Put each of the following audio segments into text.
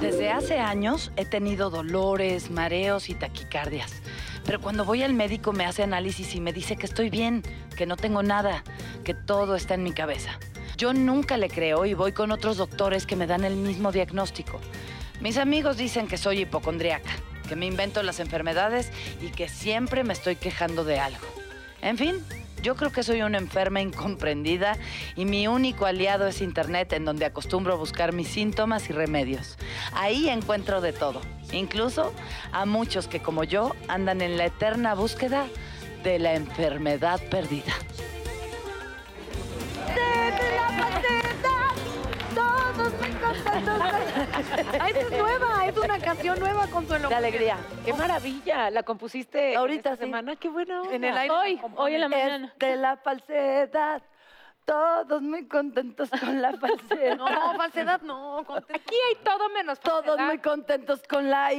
Desde hace años he tenido dolores, mareos y taquicardias. Pero cuando voy al médico me hace análisis y me dice que estoy bien, que no tengo nada, que todo está en mi cabeza. Yo nunca le creo y voy con otros doctores que me dan el mismo diagnóstico. Mis amigos dicen que soy hipocondriaca, que me invento las enfermedades y que siempre me estoy quejando de algo. En fin, yo creo que soy una enferma incomprendida y mi único aliado es Internet en donde acostumbro a buscar mis síntomas y remedios. Ahí encuentro de todo, incluso a muchos que como yo andan en la eterna búsqueda de la enfermedad perdida. Desde la pateta, todos me encantan, todos me- Ah, esta es nueva, es una canción nueva, Consuelo. De alegría. Qué maravilla. La compusiste en Ahorita esta sí. semana. Qué buena onda. En el aire. Hoy, hoy en la mañana. De la falsedad. Todos muy contentos con la falsedad. No, falsedad no, contento. Aquí hay todo menos Todos falsedad. muy contentos con la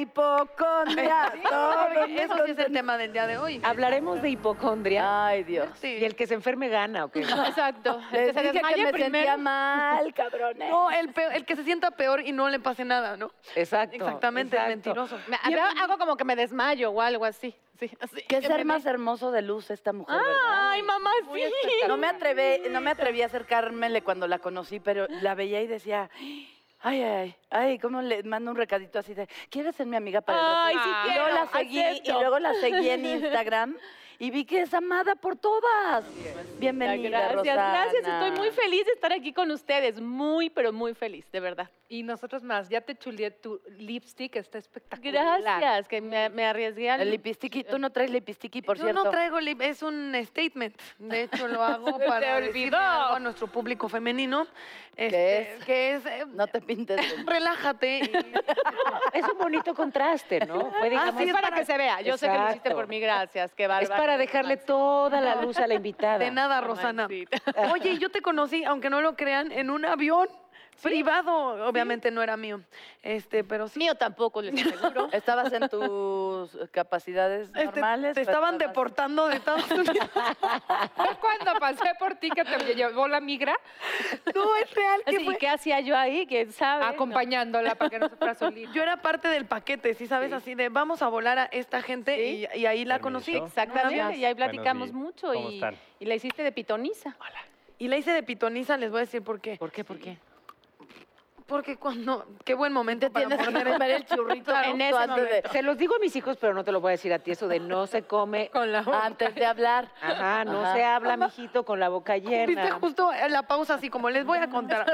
hipocondria. Todos muy Eso sí es el contentos. tema del día de hoy. Hablaremos de hipocondria. Ay, Dios. Y el que se enferme gana, ¿o qué? Exacto. El Les que se Eh, dije que desmaye me sentía primero. mal, cabrones. No, el, peor- el que se sienta peor y no le pase nada, ¿no? Exacto. Exactamente, el exacto. mentiroso. Me- veo- hago como que me desmayo o algo así. Sí, así. Qué Que ser me- más hermoso de luz esta mujer, ¿verdad? Ay, mamá, sí. No me, atreví, no me atreví a acercármele cuando la conocí, pero la veía y decía, ay, ay, ay, ¿cómo le mando un recadito así de, ¿quieres ser mi amiga para el resto Ay, sí Y quiero. luego la seguí acepto. y luego la seguí en Instagram y vi que es amada por todas. Bienvenida, Gracias, Rosana. gracias. Estoy muy feliz de estar aquí con ustedes. Muy, pero muy feliz, de verdad. Y nosotros más, ya te chulié tu lipstick, está espectacular. Gracias, que me, me arriesgué al... El lipistiqui, tú no traes lipistiqui, por Yo cierto. no traigo lip, es un statement. De hecho, lo hago Se para te decirle olvidó. algo a nuestro público femenino. ¿Qué este, Que es, eh, No te pintes. de- relájate. y- Es un bonito contraste, ¿no? Fue, digamos, Ah, sí, Ah, es para que se vea. Yo sé que lo hiciste Exacto. por mí, gracias. Qué bárbaro. es para dejarle toda la luz a la invitada. de nada, Rosana. Oye, yo te conocí, aunque no lo crean, en un avión privado. Obviamente no era mío. Este, pero sí. Mío tampoco, les aseguro. Estabas en tus capacidades Este, normales. te o estaban estabas- deportando de Estados Unidos. Fue cuando pasé por ti que te llevó la migra No, es real que Así, fue. ¿Y qué hacía yo ahí? ¿Quién sabe? acompañándola para que no se fuera solita. Yo era parte del paquete, ¿sí sabes? Así de vamos a volar a esta gente Sí. y, y ahí la conocí. Permiso. Exactamente, y ahí platicamos Buenos días. mucho ¿Cómo y, están? y la hiciste de pitoniza. Y la hice de pitoniza, les voy a decir por qué. ¿Por qué? ¿Por qué? Porque cuando. Qué buen momento para Tienes que poner el- comer el churrito Claro, justo en ese antes de- momento. Se los digo a mis hijos, pero no te lo voy a decir a ti, eso de no se come. con la antes de hablar. Ajá, no Ajá. se habla, mijito, con la boca Viste llena. justo en la pausa, así como les voy a contar.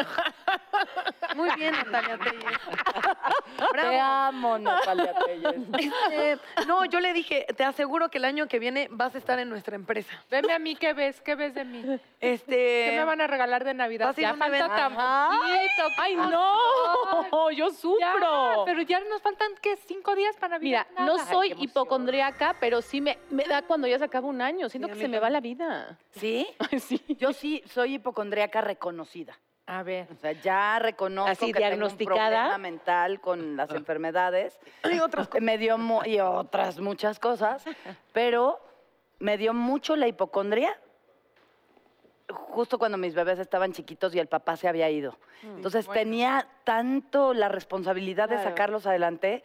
Muy bien, Natalia Telles. Te Bravo. amo, Natalia Telles. Este, no, yo le dije, te aseguro que el año que viene vas a estar en nuestra empresa. Veme a mí, ¿qué ves? ¿Qué ves de mí? Este. ¿Qué Eh, me van a regalar de pues Navidad? vas a ir a Ya un falta evento. tan poquito. ¡Ay, no! ¡Yo Ya, sufro! pero ya nos faltan, ¿qué? ¿Cinco días para Navidad? Mira, no Nada. soy hipocondriaca, pero sí me, me da cuando ya se acaba un año. Siento Sí, a que mí se me va la vida. ¿Sí? Ay, sí. Yo sí soy hipocondríaca reconocida. A ver. O sea, ya reconozco Así, que tengo diagnosticada. un problema mental con las enfermedades. Y otras Me dio mu- y otras muchas cosas, pero me dio mucho la hipocondría justo cuando mis bebés estaban chiquitos y el papá se había ido. Entonces tenía tanto la responsabilidad de Claro. sacarlos adelante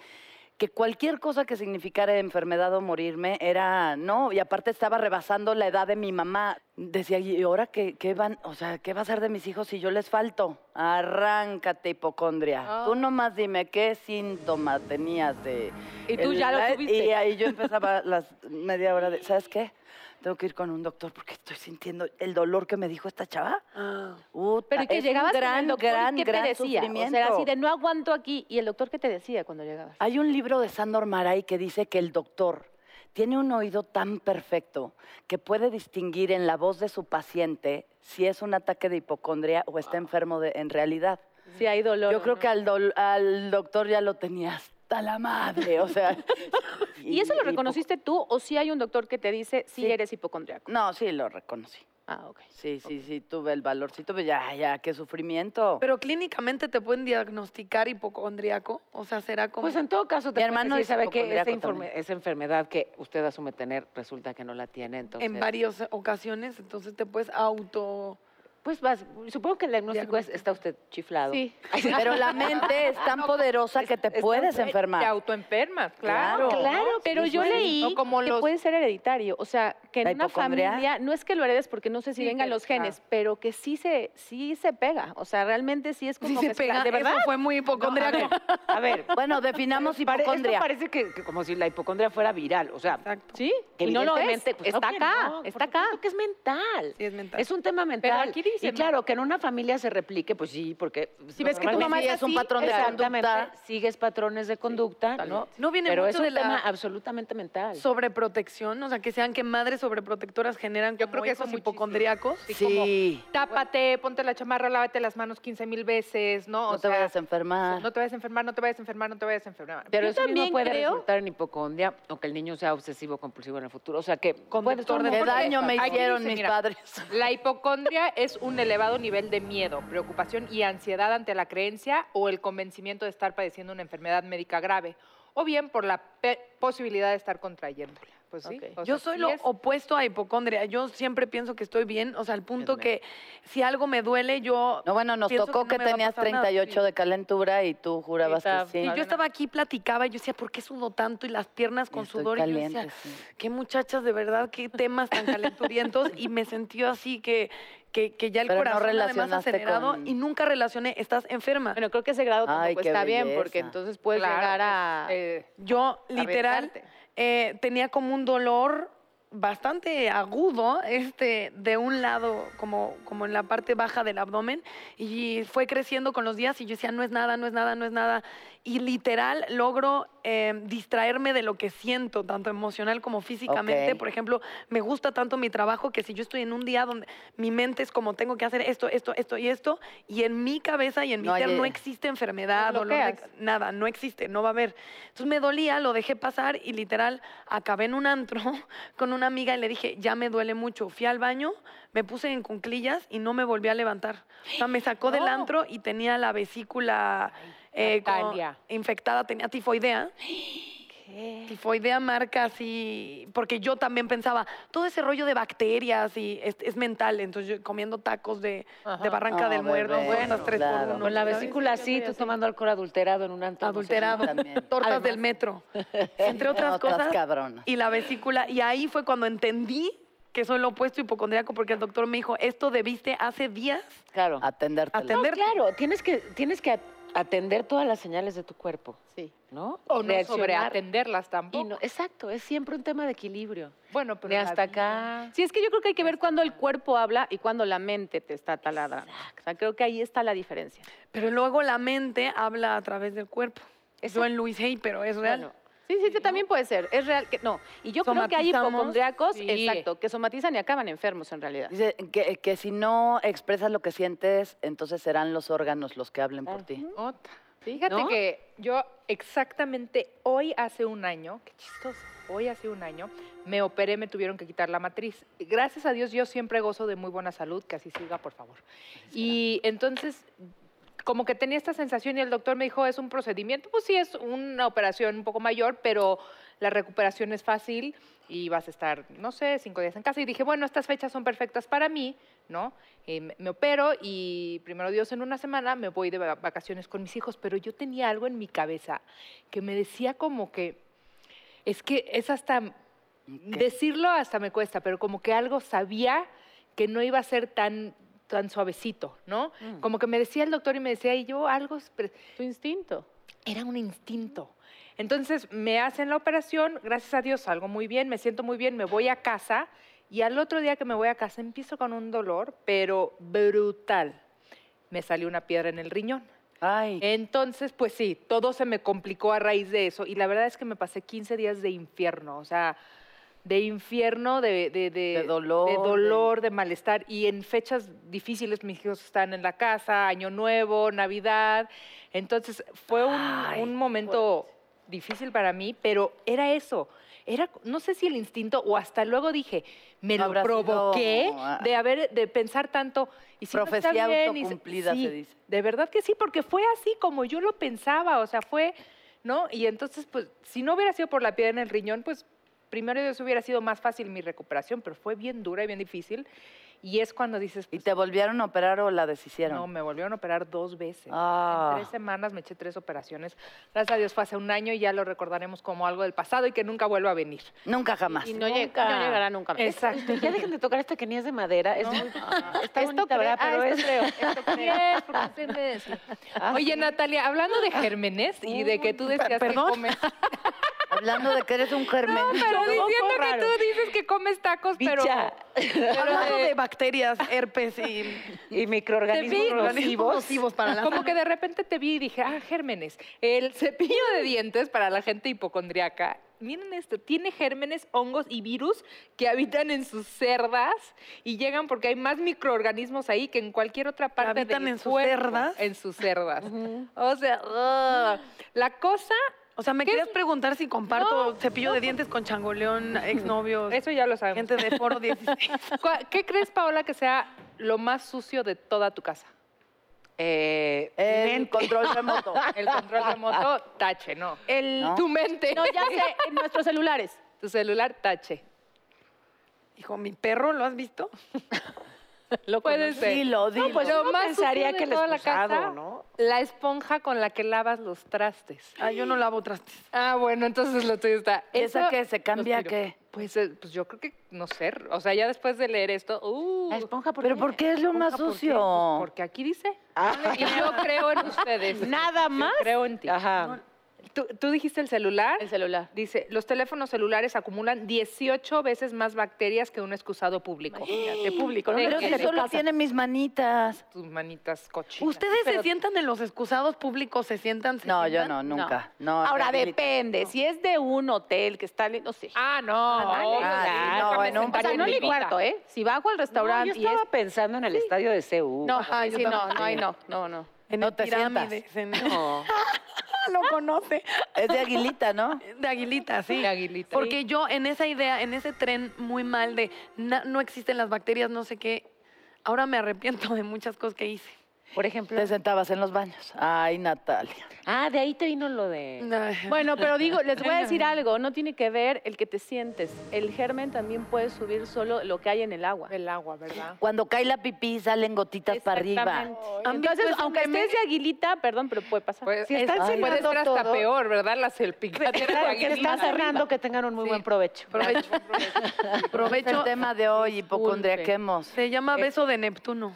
que cualquier cosa que significara enfermedad o morirme era no, y aparte estaba rebasando la edad de mi mamá. Decía, ¿y ahora qué, qué van? O sea, ¿qué va a ser de mis hijos si yo les falto? Arráncate, hipocondria. Ah. Tú nomás dime qué síntoma tenías de. Y tú ya lo la- tuviste. Y ah, ahí yo empezaba las media hora de, ¿sabes qué? Tengo que ir con un doctor porque estoy sintiendo el dolor que me dijo esta chava. Ah. Uta, Pero ¿y que es un llegabas con gran, el doctor, ¿y gran, ¿qué gran te decía? O sea, era sufrimiento. Ah, así de no aguanto aquí. ¿Y el doctor qué te decía cuando llegabas? Hay un libro de Sandor Maray que dice que el doctor tiene un oído tan perfecto que puede distinguir en la voz de su paciente si es un ataque de hipocondria o está enfermo de- en realidad. Sí, hay dolor. Yo creo que al, dol- al doctor ya lo tenía hasta la madre, o sea. ¿Y eso lo hipo- reconociste tú o sí hay un doctor que te dice si Sí. eres hipocondriaco? No, sí lo reconocí. Ah, ok. Sí, sí, sí, tuve el valorcito, pero ya, ya, qué sufrimiento. Pero clínicamente te pueden diagnosticar hipocondriaco. O sea, será como. Pues en todo caso, te Mi pueden hermano decir, es sabe que esa, hipocondríaco informe- también. esa enfermedad que usted asume tener resulta que no la tiene, entonces en varias ocasiones, entonces te puedes auto Pues vas- supongo que el diagnóstico es, está usted chiflado. Sí. Pero la mente es tan poderosa que te puedes Te enfermar. autoenfermas, Claro. claro. Claro, pero yo puede. leí O como que los- puede ser hereditario. O sea, que en ¿La una hipocondría? familia, no es que lo heredes porque no sé si Sí, vengan pero- los genes, pero que sí se, sí se pega. O sea, realmente sí es como Si que se es pla- pega, Pues, de verdad. eso fue muy hipocondriaco. A ver, Bueno, definamos pare- esto hipocondria. parece que, que como si la hipocondria fuera viral. O sea, Sí, que y no lo es. evidentemente, pues, está obvio, acá, no, por está acá. supuesto que es mental. Sí, es mental. Es un tema mental. aquí dice, y ¿no? claro, que en una familia se replique, pues sí, porque... Si ves que tu mamá sí es es un así, patrón de exacto. Exactamente, conducta. sigues patrones de conducta, ¿no? No viene Pero mucho es un de la tema absolutamente mental. sobreprotección, o sea, que sean que madres sobreprotectoras generan Yo como creo que eso hijos muchísimo. hipocondriacos. Sí, Sí, como tápate, ponte la chamarra, lávate las manos 15 mil veces, ¿no? O no te sea, vayas a enfermar. No te vayas a enfermar, no te vayas a enfermar, no te vayas a enfermar. Pero Yo eso mismo también puede creo- resultar en hipocondria o que el niño sea obsesivo compulsivo en el futuro. O sea que puede Conductor ser de- un- Qué porque daño me aquí hicieron dice, mis mira, padres. La hipocondria es un elevado nivel de miedo, preocupación y ansiedad ante la creencia o el convencimiento de estar padeciendo una enfermedad médica grave, o bien por la pe- posibilidad de estar contrayéndola. Pues sí. Ok. o Yo sea, soy sí lo es- opuesto a hipocondria. Yo siempre pienso que estoy bien, o sea, al punto que si algo me duele, yo. No, bueno, nos pienso tocó no que me va a tenías pasar nada. 38 de calentura y tú jurabas que está- Sí, sí. yo estaba aquí, platicaba y yo decía, ¿por qué sudo tanto? Y las piernas con Estoy sudor. y yo caliente, decía, sí. qué muchachas, de verdad, qué temas tan calenturientos. y me sentí así que, que, que ya el Pero no corazón además relacionaste acelerado con- y nunca relacioné, estás enferma. Bueno, creo que ese grado Ay, tampoco qué está bien, porque belleza. pues, entonces puedes Claro, llegar a... eh, Yo literal aventarte. eh, tenía como un dolor bastante agudo, este, de un lado, como, como en la parte baja del abdomen, y fue creciendo con los días y yo decía, no es nada, no es nada, no es nada. Y literal logro eh, distraerme de lo que siento, tanto emocional como físicamente. Ok. Por ejemplo, me gusta tanto mi trabajo que si yo estoy en un día donde mi mente es como, tengo que hacer esto, esto, esto y esto, y en mi cabeza y en mi No hay- ser no existe enfermedad, Lo dolor de- bloqueas. nada, no existe, no va a haber. Entonces me dolía, lo dejé pasar y literal acabé en un antro con una amiga y le dije, ya me duele mucho. Fui al baño, me puse en cunclillas y no me volví a levantar. O sea, me sacó del antro y tenía la vesícula eh, como Natalia. infectada, tenía tifoidea. Tifoidea marca así, porque yo también pensaba, todo ese rollo de bacterias y es, es mental, entonces yo comiendo tacos de, de Barranca No, del Muerto, bebé, buenas, tres claro. por uno. Con la ¿sabes? vesícula así, tú tomando alcohol adulterado en un antro. no sé qué. Adulterado. También. Tortas del metro. Entre No, otras estás cosas. cabrona. Y la vesícula. Y ahí fue cuando entendí que soy lo opuesto hipocondríaco porque el doctor me dijo, esto debiste hace días Claro. Atendértela. Atender- atenderte. claro, tienes que, tienes que at- atender todas las señales de tu cuerpo, Sí. ¿no? O no Reaccionar sobreatenderlas y tampoco. no- exacto, es siempre un tema de equilibrio. bueno, pero De la hasta vida- acá. Sí, es que yo creo que hay que ver cuando el cuerpo habla y cuando la mente te está taladrando. O sea, creo que ahí está la diferencia. Pero luego la mente habla a través del cuerpo. Yo en Luis Hay, pero es real. Bueno, Sí, sí, sí, también puede ser. Es real que no. Y yo creo que hay Somatizamos. hipocondriacos, Sí. exacto, que somatizan y acaban enfermos en realidad. Dice que, que si no expresas lo que sientes, entonces serán los órganos los que hablen por ti. Ota. Fíjate ¿No? que yo exactamente hoy hace un año, qué chistoso, hoy hace un año, me operé, me tuvieron que quitar la matriz. Gracias a Dios yo siempre gozo de muy buena salud, que así siga, por favor. Y entonces, como que tenía esta sensación y el doctor me dijo, es un procedimiento, pues sí, es una operación un poco mayor, pero la recuperación es fácil y vas a estar, no sé, cinco días en casa. Y dije, bueno, estas fechas son perfectas para mí, ¿no? Eh, me- me opero y primero Dios en una semana me voy de va- vacaciones con mis hijos, pero yo tenía algo en mi cabeza que me decía como que, es que es hasta, decirlo hasta me cuesta, pero como que algo sabía que no iba a ser tan tan suavecito, ¿no? Como que me decía el doctor y me decía, y yo algo, pre- Tu instinto. era un instinto. Entonces me hacen la operación, gracias a Dios salgo muy bien, me siento muy bien, me voy a casa y al otro día que me voy a casa empiezo con un dolor, pero brutal. Me salió una piedra en el riñón. Ay, Eh, Entonces, pues sí, todo se me complicó a raíz de eso. Y la verdad es que me pasé 15 días de infierno, o sea, de infierno, de, de, De dolor, de de- dolor, de malestar. Y en fechas difíciles mis hijos están en la casa, Año Nuevo, Navidad. Entonces, fue un, Ay, un momento difícil para mí, pero era eso. Era, no sé si el instinto, o hasta luego dije, me No lo habrá sido, provoqué ah. de haber, de pensar tanto. Y si no está Profecía bien, y si- autocumplida, sí, se dice. de verdad que sí, porque fue así como yo lo pensaba, o sea, fue, ¿no? Y entonces, pues, si no hubiera sido por la piedra en el riñón, pues, primero Dios hubiera sido más fácil mi recuperación, pero fue bien dura y bien difícil. Y es cuando dices, ¿Y te volvieron a operar o la deshicieron? no, me volvieron a operar dos veces. En Ah. tres semanas me eché tres operaciones. Gracias a Dios fue hace un año y ya lo recordaremos como algo del pasado y que nunca vuelva a venir. Nunca jamás. Y no, lleg- no llegará nunca. más. Exacto. Ya dejen de tocar esta que ni es de madera. Es muy- está Esto bonita, creo- ¿verdad? ah, Pero esto es- creo, esto creo. Bien, porque se me decía. Oye, Natalia, hablando de gérmenes y de que tú decías que perdón. comes. Hablando de que eres un germen. Pero diciendo que raro. tú dices que comes tacos, pero. Bicha. Hablando de bacterias, herpes y Y microorganismos Te vi- nocivos. nocivos para la Como que de repente te vi y dije, ah, gérmenes. El cepillo de dientes para la gente hipocondriaca. Miren esto, tiene gérmenes, hongos y virus que habitan en sus cerdas y llegan porque hay más microorganismos ahí que en cualquier otra parte habitan del en sus cuerpo, cerdas? En sus cerdas. O sea, ugh. la cosa, O sea, me ¿Qué querías preguntar si comparto cepillo de dientes con changoleón, exnovios, eso ya lo sabemos. Pues, gente de foro 16. ¿Cuá- ¿Qué crees, Paola, que sea lo más sucio de toda tu casa? Eh, El control remoto. El control remoto, tache, no. El- ¿No? Tu mente, Eh, No, ya sé, en nuestros celulares. tu celular, tache. Hijo, mi perro, ¿lo has visto? Lo puedes ser. Sí, lo digo. no, pues yo Lo más pensaría sucio de que el toda la excusado, casa. ¿no? La esponja con la que lavas los trastes. Ah, yo no lavo trastes. Ah, bueno, entonces lo tuyo está. ¿Y esa Eso qué? ¿Se los cambia tiro. qué? Pues, eh, pues yo creo que, no sé, o sea, ya después de leer esto, uh, La esponja, ¿por ¿Pero qué? por qué es lo más ¿por qué? Pues sucio? porque aquí dice. Ah, Y yo creo en ustedes. Nada más. Yo creo en ti. Ajá. Tú, tú dijiste el celular. El celular. Dice, los teléfonos celulares acumulan 18 veces más bacterias que un excusado público. Imagínate, público. ¿no? Sí, Pero que si te solo pasa. tiene mis manitas. Tus manitas cochinas. ¿Ustedes se sientan en los excusados públicos? ¿Se sientan? se No, yo sientan? no, nunca. No, Ahora Raquelita. depende. Si es de un hotel que está, li- no sé. Ah, no. no, obvio, ah, sí, sí, nunca no, me en un- o sentaría sea, en no mi en mi vida. cuarto, ¿eh? Si bajo al No, yo restaurante y es estaba pensando en el estadio de CU. No, Ajá, yo sí, no, tampoco. no, ahí no, no, no. En No el te sientas. pirámides, en- No. lo conoce. Es de aguilita, ¿no? De aguilita, sí. De aguilita. Porque yo en esa idea, en ese tren muy mal de na- no existen las bacterias, no sé qué, ahora me arrepiento de muchas cosas que hice. Por ejemplo. Te sentabas en los baños. Ay, Natalia. Ah, de ahí te vino lo de. Ay. Bueno, pero digo, les voy a decir algo, no tiene que ver el que te sientes. El germen también puede subir solo lo que hay en el agua. El agua, ¿verdad? Cuando cae la pipí, salen gotitas para arriba. Exactamente. ¿Han visto Entonces, ese aunque meme? estés de aguilita, perdón, pero puede pasar. Pues, Si están es- cenando puede ser hasta todo- peor, ¿verdad? Las salpicaderas de Claro, que aguilita. están cerrando, que tengan un muy Sí. buen provecho. Provecho. Es el Provecho. tema de hoy, hipocondriaquemos. Se llama beso de Neptuno.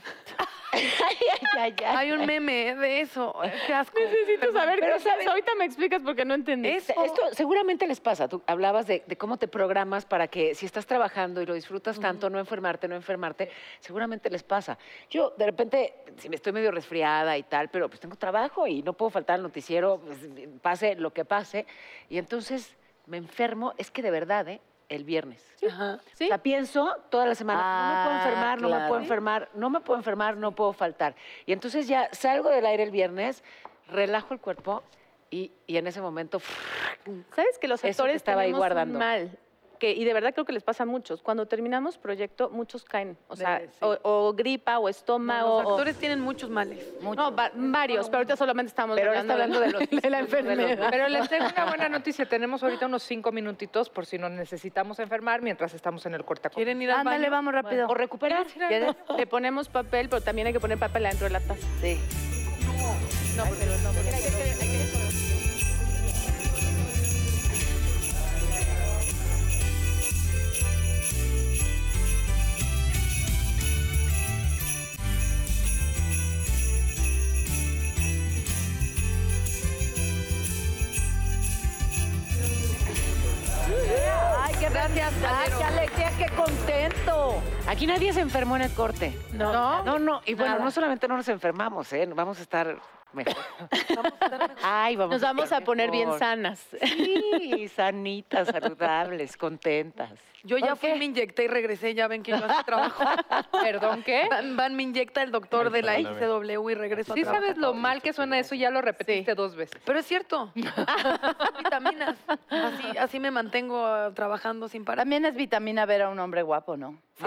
ya, ya. Hay un meme de eso. Qué asco. Necesito saber qué es. Ahorita me explicas porque no entendí. Eso. Esto seguramente les pasa. Tú hablabas de, de cómo te programas para que si estás trabajando y lo disfrutas tanto, no enfermarte, no enfermarte, seguramente les pasa. Yo de repente, si me estoy medio resfriada y tal, pero pues tengo trabajo y no puedo faltar al noticiero, pues, pase lo que pase. Y entonces me enfermo, es que de verdad, ¿eh? El viernes. Ajá. O sea, pienso toda la semana, no me puedo Ah, enfermar, no me claro. puedo enfermar, no me puedo enfermar, no puedo faltar. Y entonces ya salgo del aire el viernes, relajo el cuerpo y, y en ese momento... ¿Sabes que los Eso que actores estaba ahí tenemos un guardando. mal? Que, y de verdad creo que les pasa a muchos. Cuando terminamos proyecto, muchos caen. O sea, sí. o, o gripa, o No, estómago. los o- actores tienen muchos males. no, va- varios, pero ahorita solamente estamos Pero ahora hablando, está hablando de, los- de la de los- enfermedad. Pero les tengo una buena noticia. Tenemos ahorita unos cinco minutitos por si nos necesitamos enfermar mientras estamos en el corte. ¿Quieren ir al Ándale, baño? vamos rápido. O recuperar. ¿Quieres? Le ponemos papel, pero también hay que poner papel adentro de la taza. Sí. Ay, qué gracias, Ay, qué alegría, qué contento. Aquí nadie se enfermó en el corte. No. No, no. Y bueno, no solamente no nos enfermamos, ¿eh? Vamos a estar mejor. Ay, vamos Nos vamos a estar poner bien mejor. sanas. Sí, sanitas, saludables, contentas. Yo ya fui, me inyecté y regresé. Ya ven que yo hace trabajo. Perdón, ¿qué? Van, van, me inyecta el doctor de la ICW y regreso Sí a trabajar. sabes lo mal que suena eso, ya lo repetiste dos veces. Pero es cierto. Vitaminas. Así, así me mantengo ah, trabajando sin parar. También es vitamina ver a un hombre guapo, ¿no? Sí.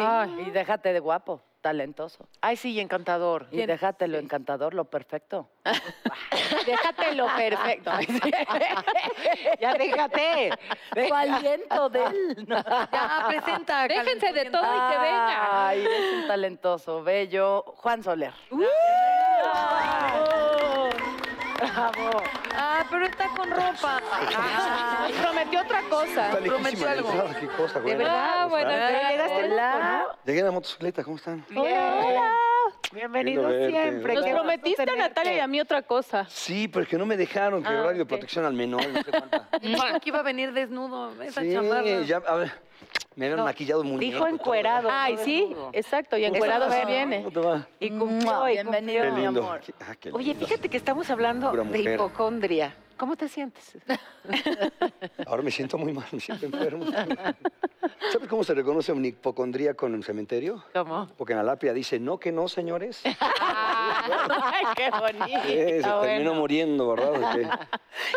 Y déjate de guapo. talentoso. Ay, sí, y encantador. Y déjate lo encantador, lo perfecto. Déjate lo perfecto. Ya déjate. Tu aliento de él. ¿no? Ya, Ah, presenta. Carmen, Déjense de presenta. todo y que venga. Ay, es un talentoso, bello. Juan Soler. Bravo. Ah, pero está con ropa. Ay, prometió otra cosa. Está Prometió lejísima, algo. lejísima, qué cosa, güey. De verdad, ¿Cómo bueno, están? pero llegaste Hola. Llegué en la motocicleta, ¿cómo están? Hola. Bienvenido Lindo verte. siempre. Nos Qué gusto prometiste a Natalia y a mí otra cosa. Sí, pero es que no me dejaron, que Ah, horario de ok. protección al menor, no sé cuánta. Dijo que iba Ah, a venir desnudo esa sí, chamarra. ya, a ver, me habían maquillado muy Dijo encuerado. Ay, no sí, desnudo. exacto. Y encuerado se viene. ¿Cómo te va? Y cumplió. y Bienvenido, Qué cumplió. mi lindo. amor. Ah, qué Oye, lindo. fíjate que estamos hablando Pura de mujer. hipocondria. ¿Cómo te sientes? Ahora me siento muy mal, me siento enfermo. ¿Sabes cómo se reconoce un hipocondríaco en un cementerio? ¿Cómo? Porque en la lápida dice, no que no, señores. Sí, Ay, qué bonito. se terminó bueno. muriendo, ¿verdad? Porque-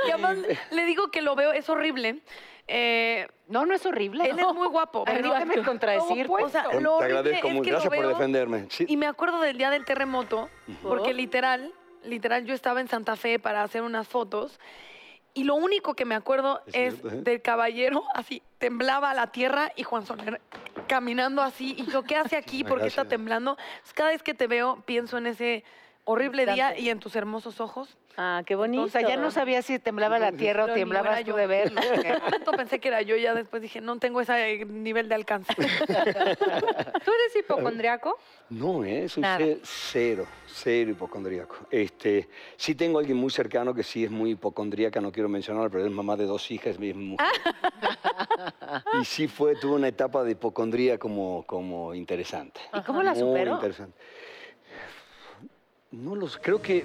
Y además, le digo que lo veo, es horrible. Eh, No, no es horrible. él es muy guapo. pero- Permíteme contradecir. O sea, Te lo horrible agradezco es mucho, que lo gracias por veo defenderme. Sí, Y me acuerdo del día del terremoto, porque literal, literal, yo estaba en Santa Fe para hacer unas fotos. Y lo único que me acuerdo Es es, cierto, ¿eh? del caballero, así, temblaba la tierra y Juan Soler caminando así. Y yo, ¿qué hace aquí? Muchísimas ¿Por qué está gracias. temblando? Entonces, cada vez que te veo, pienso en ese horrible día Instante. y en tus hermosos ojos. Ah, qué bonito. O sea, ya no sabía si temblaba la tierra o Pero ninguna temblabas tú yo. de ver. En un momento pensé que era yo, ya después dije, no tengo ese eh, nivel de alcance. ¿Tú eres hipocondriaco? No, ¿eh? soy Nada. ce- cero, cero hipocondríaco. Este, sí tengo a alguien muy cercano que sí es muy hipocondríaca, no quiero mencionarla, pero es mamá de dos hijas, es mi mujer. Ah. y sí fue, tuvo una etapa de hipocondría como, como interesante. ¿Y cómo la Muy superó? interesante. No los, creo que,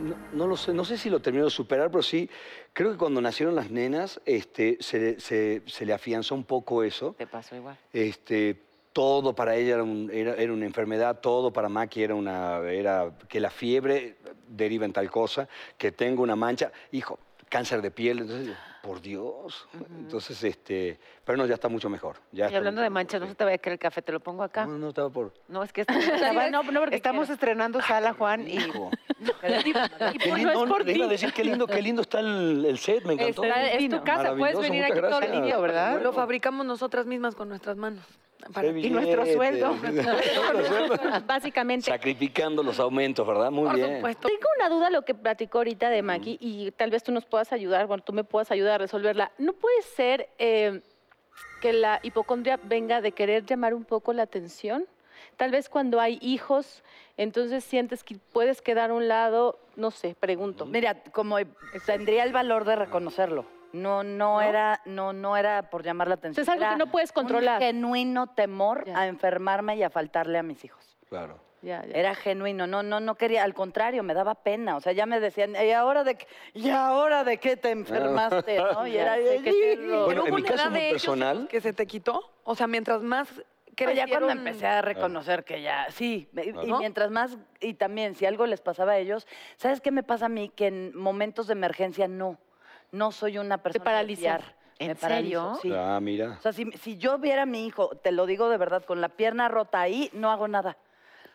no, no lo sé, no sé si lo terminó de superar, pero sí, creo que cuando nacieron las nenas, este, se, se- se le afianzó un poco eso. Te pasó igual. Este, todo para ella era, un- era- era una enfermedad, todo para Maki era una. Era que la fiebre deriva en tal cosa, que tengo una mancha, hijo, cáncer de piel. Entonces, por Dios. Entonces, este. Pero no, ya está mucho mejor. Ya Y hablando de manchas, no se te vaya a caer el café, te lo pongo acá. No, no estaba por. No, es que esta- estaba- no, no, porque estamos quiero. estrenando sala, Juan, y Hijo. y Qué pues lindo, no es por le iba a ti. decir qué lindo, qué lindo está el, el set, me encantó. Está- es tu divino. casa, puedes Maravilloso, venir muchas aquí todo el gracias. día. ¿verdad? Bueno, Lo fabricamos nosotras mismas con nuestras manos. qué Para ti. Y nuestro billete. sueldo. Nuestro sueldo. Básicamente. Sacrificando los aumentos, ¿verdad? Muy Por bien. supuesto. Tengo una duda lo que platicó ahorita de Maki y tal vez tú nos puedas ayudar, bueno, tú me puedas ayudar a resolverla. ¿No puede ser eh, que la hipocondria venga de querer llamar un poco la atención? Tal vez cuando hay hijos, entonces sientes que puedes quedar a un lado, no sé, pregunto. Mira, como tendría el valor de reconocerlo. No, no, era, no, no era por llamar la atención. Es algo que era no puedes un controlar. genuino temor Ya. a enfermarme y a faltarle a mis hijos. Claro. Ya, ya. Era genuino, no, no, no quería, al contrario, me daba pena. O sea, ya me decían, ¿y ahora de qué, ¿y ahora de qué te enfermaste? ¿no? Y Ya era, sé, qué terror. "Ih". Bueno, en hubo mi una caso edad muy de ellos en personal- los que se te quitó. O sea, mientras más Pero ya cuando crecieron- empecé a reconocer que ya, sí, me- y, Claro. y ¿No? mientras más, y también si algo les pasaba a ellos, ¿sabes qué me pasa a mí? Que en momentos de emergencia no, no soy una persona de paraliza. fiar. ¿En Me paralizo, serio? sí. Ah, mira. O sea, si, si yo viera a mi hijo, te lo digo de verdad, con la pierna rota ahí, no hago nada.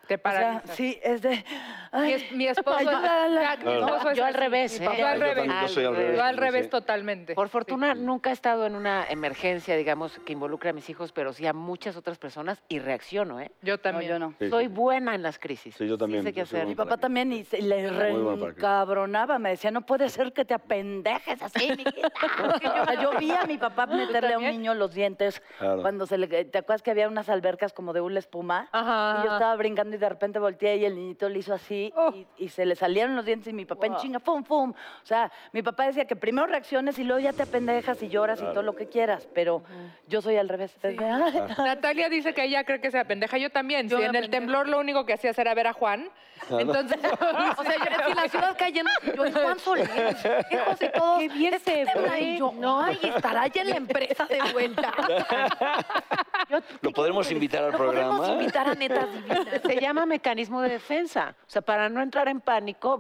Te O sea, paralizas. sí, es de... Mi, ay, es- mi esposo, Ayúdala. ya, mi esposo es Yo al así, revés, mi ¿eh? papá Yo al revés. también, yo soy al revés. Yo al sí, revés sí. totalmente. Por fortuna, nunca he estado en una emergencia, digamos, que involucre a mis hijos, pero sí a muchas otras personas y reacciono, ¿eh? Yo no, también. yo no. Sí, Soy sí, sí. buena en las crisis. Sí, yo también, Sí sé qué yo soy hacer. bueno. Mi papá también y se- le Muy buen parque. reencabronaba, me decía, no puede ser que te apendejes así, mi yo, o sea, yo vi a mi papá meterle a un también? niño los dientes Claro. cuando se le... ¿Te acuerdas que había unas albercas como de una espuma? Ajá. Y Ah. yo estaba brincando y de repente volteé y el niñito le hizo así Oh. y, y se le salieron los dientes y mi papá en chinga, pum, pum. O sea, mi papá decía que primero reacciones y luego ya te apendejas y lloras y todo lo que quieras, pero yo soy al revés. desde, "Ay, Natalia dice que ella cree que sea pendeja. Yo también. si en el temblor lo único que hacías era ver a Juan. Entonces, O sea, yo, si la ciudad cayendo, yo y Juan Soler, hijos y todos. Qué bien "Es que se tembla". Y ve, yo, ay, estará ya en la empresa de vuelta. ¿Lo podremos invitar al No podemos programa? invitar a netas divinas. Se llama mecanismo de defensa. O sea, para no entrar en pánico,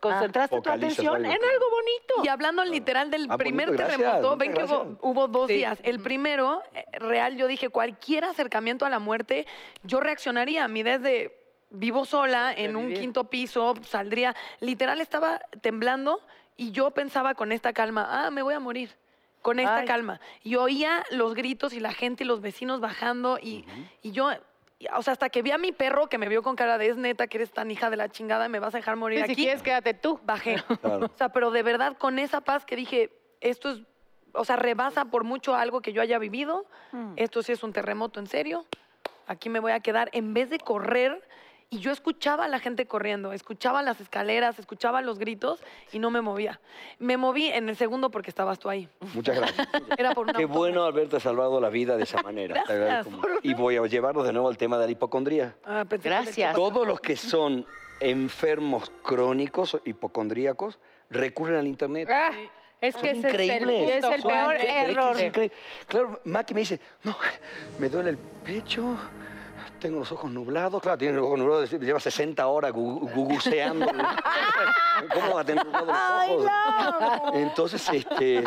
concentraste tu Focalizas atención algo. en algo bonito. Y hablando literal del Ah, bonito, primer gracias, terremoto, muchas ven que hubo, gracias. hubo dos Sí. días. El primero, eh, real, yo dije, cualquier acercamiento a la muerte, yo reaccionaría. A mí desde vivo sola, en un quinto piso, saldría. Literal, estaba temblando y yo pensaba con esta calma, ah, me voy a morir. Con esta Ay. calma. Y oía los gritos y la gente y los vecinos bajando y, y yo... y, O sea, hasta que vi a mi perro que me vio con cara de es neta que eres tan hija de la chingada y me vas a dejar morir si aquí quieres, quédate tú. bajé. Claro. O sea, pero de verdad con esa paz que dije, esto es, o sea, rebasa por mucho algo que yo haya vivido. Esto sí es un terremoto en serio. Aquí me voy a quedar en vez de correr. Y yo escuchaba a la gente corriendo, escuchaba las escaleras, escuchaba los gritos y no me movía. Me moví en el segundo porque estabas tú ahí. Muchas gracias. Era por una Qué bueno haberte salvado la vida de esa manera. Te agradezco mucho. Y voy a llevarlos de nuevo al tema de la hipocondría. Ah, pensé que le Gracias. echaba- Todos los que son enfermos crónicos, o hipocondríacos, recurren al internet. Ah, es que ese es el- Increíble. es el peor Juan, ¿qué crees que error. es increíble? Claro, Maki me dice, no, me duele el pecho, tengo los ojos nublados. Claro, tiene los ojos nublados, lleva 60 horas gu- guguseando. ¿Cómo va a tener nublados los ojos? Entonces, este,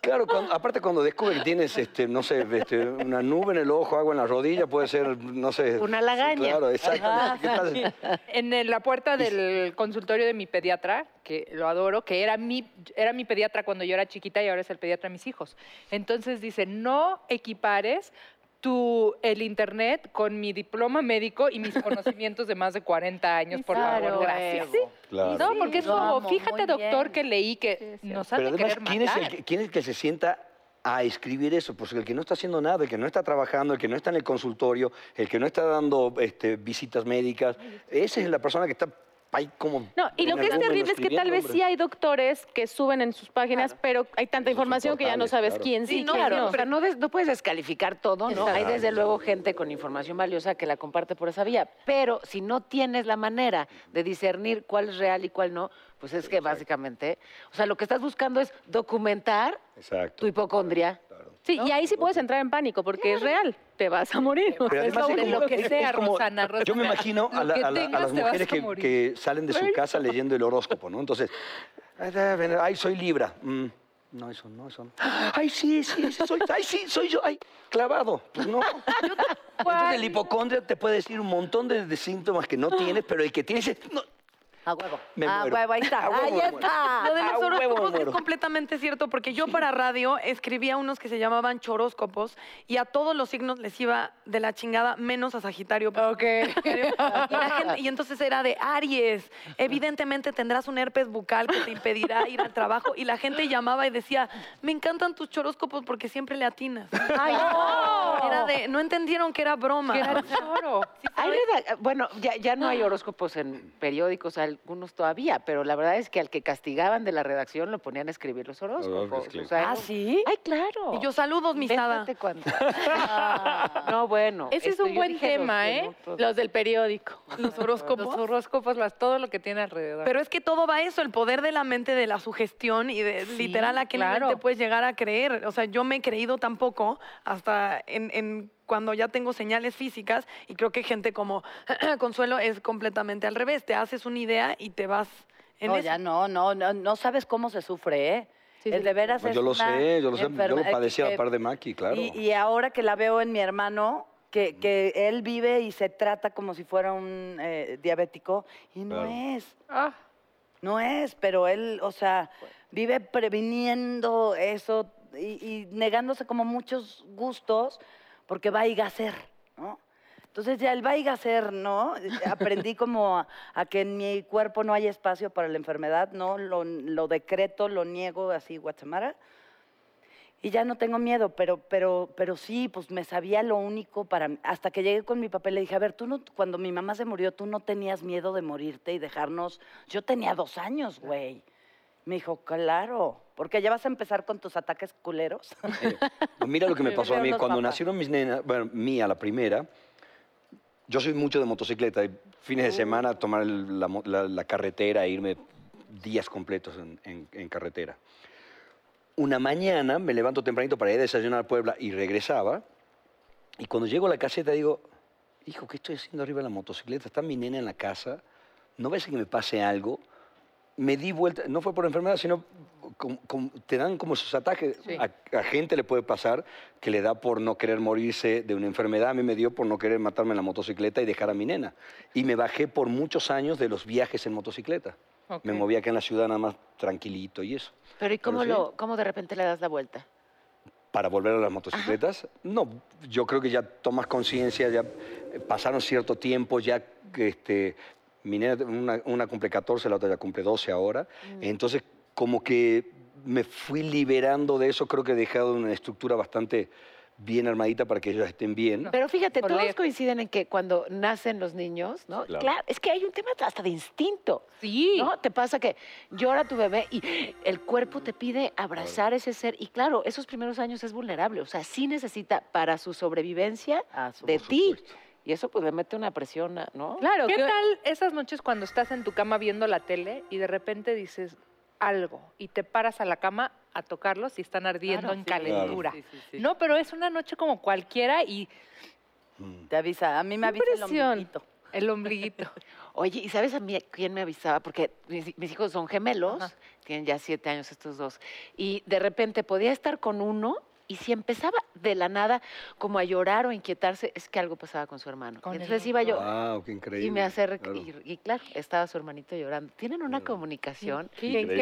claro, cuando- aparte cuando descubre que tienes, este, no sé, este, una nube en el ojo, agua en la rodilla, puede ser, no sé. Una sí, lagaña. claro, exactamente. ¿Qué tal? En el- la puerta del consultorio de mi pediatra, que lo adoro, que era mi, era mi pediatra cuando yo era chiquita y ahora es el pediatra de mis hijos. Entonces dice, no equipares tu, el internet con mi diploma médico y mis conocimientos de más de 40 años, por Claro, favor, gracias. huevo. Claro. No, porque es Lo como, amo, muy fíjate doctor bien. que leí que nos han Pero de además, querer ¿quién es, el matar. que, quién es el que se sienta a escribir eso? Porque el que no está haciendo nada, el que no está trabajando, el que no está en el consultorio, el que no está dando este, visitas médicas, esa es la persona que está ahí como... No, y lo en que es algún momento terrible es que tal escribiendo, vez hombre. sí hay doctores que suben en sus páginas, pero hay tanta Esos son información que ya no portales, sabes claro. quién sí, Sí, no, quién Claro, no. o sea, no, des- no puedes descalificar todo, ¿no? Hay desde luego gente con información valiosa que la comparte por esa vía, pero si no tienes la manera de discernir cuál es real y cuál no, pues es que básicamente, o sea, lo que estás buscando es documentar tu Exacto. hipocondria. claro. Sí, y ahí sí puedes entrar en pánico porque es real, te vas a morir. o sea, Pero además lo- es como- lo que es- es sea, como- Rosana, Yo me Rosana, imagino a, lo la- que a la- a tengas, las te vas mujeres a que, morir. que salen de su casa leyendo el horóscopo, ¿no? Entonces, ay, soy Libra. Mm, No, eso no, eso no. Ay, sí, sí, sí, soy, ay, sí, soy yo, ay, clavado. Pues no. Entonces el hipocondria te puede decir un montón de, de síntomas que no tienes, pero el que tienes es... no, A huevo. me a muero. huevo, ahí A está. huevo, ahí me muero. está. Lo de los Ah, huevo, horóscopos es muero. completamente cierto, porque yo para radio escribía unos que se llamaban choróscopos y a todos los signos les iba de la chingada, menos a Sagitario. Ok. Y, la gente- y entonces era de Aries, evidentemente tendrás un herpes bucal que te impedirá ir al trabajo. Y la gente llamaba y decía, me encantan tus choróscopos porque siempre le atinas. Era de, no entendieron que era broma. Que era choro. Hay reda- bueno, ya, ya no Ah. hay horóscopos en periódicos, algunos todavía, pero la verdad es que al que castigaban de la redacción lo ponían a escribir los horóscopos. claro. o ¿Ah, sea, no- sí? Ay, claro. Y yo, saludos, misada. Invéntate cuando- No, bueno. Ah. Ese es este, un yo buen dije los tema, que ¿eh? no, todos. Los del periódico. Los horóscopos. Los horóscopos, las- todo lo que tiene alrededor. Pero es que todo va a eso, el poder de la mente, de la sugestión y de literal a qué nivel claro. te puedes llegar a creer. O sea, yo me he creído tampoco hasta en, en cuando ya tengo señales físicas y creo que gente como Consuelo es completamente al revés. Te haces una idea y te vas en No, eso. ya no, no, no, no sabes cómo se sufre, ¿eh? el de veras Pues es yo lo una sé, yo lo sé, yo lo enferma- padecí eh, al par de Maki, claro. Y, y ahora que la veo en mi hermano, que, que él vive y se trata como si fuera un eh, diabético, y no Claro. es, Ah, no es, pero él, o sea, vive previniendo eso y, y negándose como muchos gustos porque va a hacer, ¿no? Entonces ya el va a hacer, ¿no? Aprendí como a, a que en mi cuerpo no hay espacio para la enfermedad, ¿no? Lo, lo decreto, lo niego así, Guatemala. Y ya no tengo miedo, pero, pero, pero sí, pues me sabía lo único para mí. Hasta que llegué con mi papá y le dije, a ver, tú no, cuando mi mamá se murió, tú no tenías miedo de morirte y dejarnos. Yo tenía dos años, güey. Me dijo, claro, porque ya vas a empezar con tus ataques culeros. Pues Mira lo que me pasó a Pero mí. los Cuando papás. nacieron mis nenas, bueno, mía, la primera, yo soy mucho de motocicleta. y Fines de semana, tomar el- la, mo- la- la carretera e irme días completos en, en- en carretera. Una mañana me levanto tempranito para ir a desayunar a Puebla y regresaba. Y cuando llego a la caseta digo, hijo, ¿qué estoy haciendo arriba de la motocicleta? Está mi nena en la casa. ¿No ves que me pase algo? me di vuelta, no fue por enfermedad, sino com- com- te dan como sus ataques. Sí. A, a gente le puede pasar que le da por no querer morirse de una enfermedad. A mí me dio por no querer matarme en la motocicleta y dejar a mi nena. Y me bajé por muchos años de los viajes en motocicleta. Ok. Me movía acá en la ciudad nada más tranquilito y eso. Pero ¿y Pero cómo, sí. lo, cómo de repente le das la vuelta? para volver a las motocicletas? No, yo creo que ya tomas conciencia, ya eh, pasaron cierto tiempo, ya que, este, mi nena, una, una cumple 14, la otra ya cumple 12 ahora. Mm. Entonces, como que me fui liberando de eso, creo que he dejado una estructura bastante bien armadita para que ellos estén bien. Pero fíjate, Por todos leer. coinciden en que cuando nacen los niños, ¿no? Claro. Claro. es que hay un tema hasta de instinto, Sí. ¿no? Te pasa que llora tu bebé y el cuerpo te pide abrazar ese ser. Y claro, esos primeros años es vulnerable, o sea, sí necesita para su sobrevivencia Ah, su- de por ti. supuesto. Y eso pues le mete una presión, a- ¿no? Claro, ¿Qué que- tal esas noches cuando estás en tu cama viendo la tele y de repente dices algo y te paras a la cama a tocarlos y están ardiendo Claro, en sí, calentura? sí, sí, sí. No, pero es una noche como cualquiera y Mm. Te avisa, a mí me avisa el Impresión. ombliguito. el ombliguito. Oye, ¿y sabes a mí quién me avisaba? Porque mis, mis hijos son gemelos, Ajá. tienen ya siete años estos dos, y de repente podía estar con uno y si empezaba de la nada como a llorar o a inquietarse, es que algo pasaba con su hermano. Con el Entonces iba yo Wow, qué Ah, increíble. y me acerqué claro. y, y claro, estaba su hermanito llorando. Tienen una Claro. comunicación Increíble.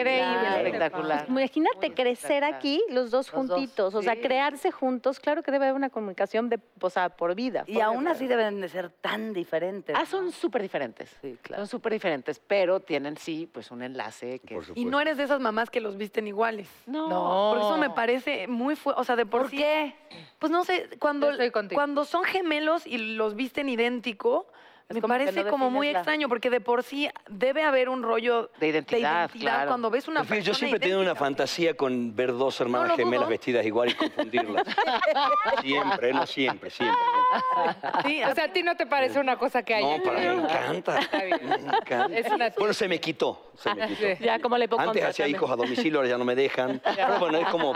espectacular. Imagínate Muy crecer espectacular. aquí los Los dos dos, juntitos, o sea, sí. crearse juntos, claro que debe haber una comunicación de, o sea, por vida. Y por aún vida. así deben de ser tan diferentes. Ah, son súper diferentes. Sí, Son súper diferentes, pero tienen sí, pues un enlace que... Por es- Y supuesto. no eres de esas mamás que los visten iguales. No, Por eso me parece muy fuerte. O sea, de por, ¿Por sí- qué? Pues no sé, cuando, Yo estoy contigo. cuando son gemelos y los visten idéntico, Es me como que parece no como muy defines la- extraño, porque de por sí debe haber un rollo de de identidad identidad, claro. cuando ves una En fin, persona. yo siempre he tenido una idéntica. fantasía con ver dos hermanas lo gemelas dudo. vestidas igual y confundirlas. siempre, no siempre, siempre. Sí, O sea, a ti no te parece una cosa que haya. No, para mí me encanta. Me encanta. Es una- Bueno, se me quitó. Se me quitó. Sí. Ya como le pongo Antes hacía hijos a domicilio, ahora ya no me dejan. Pero bueno, es como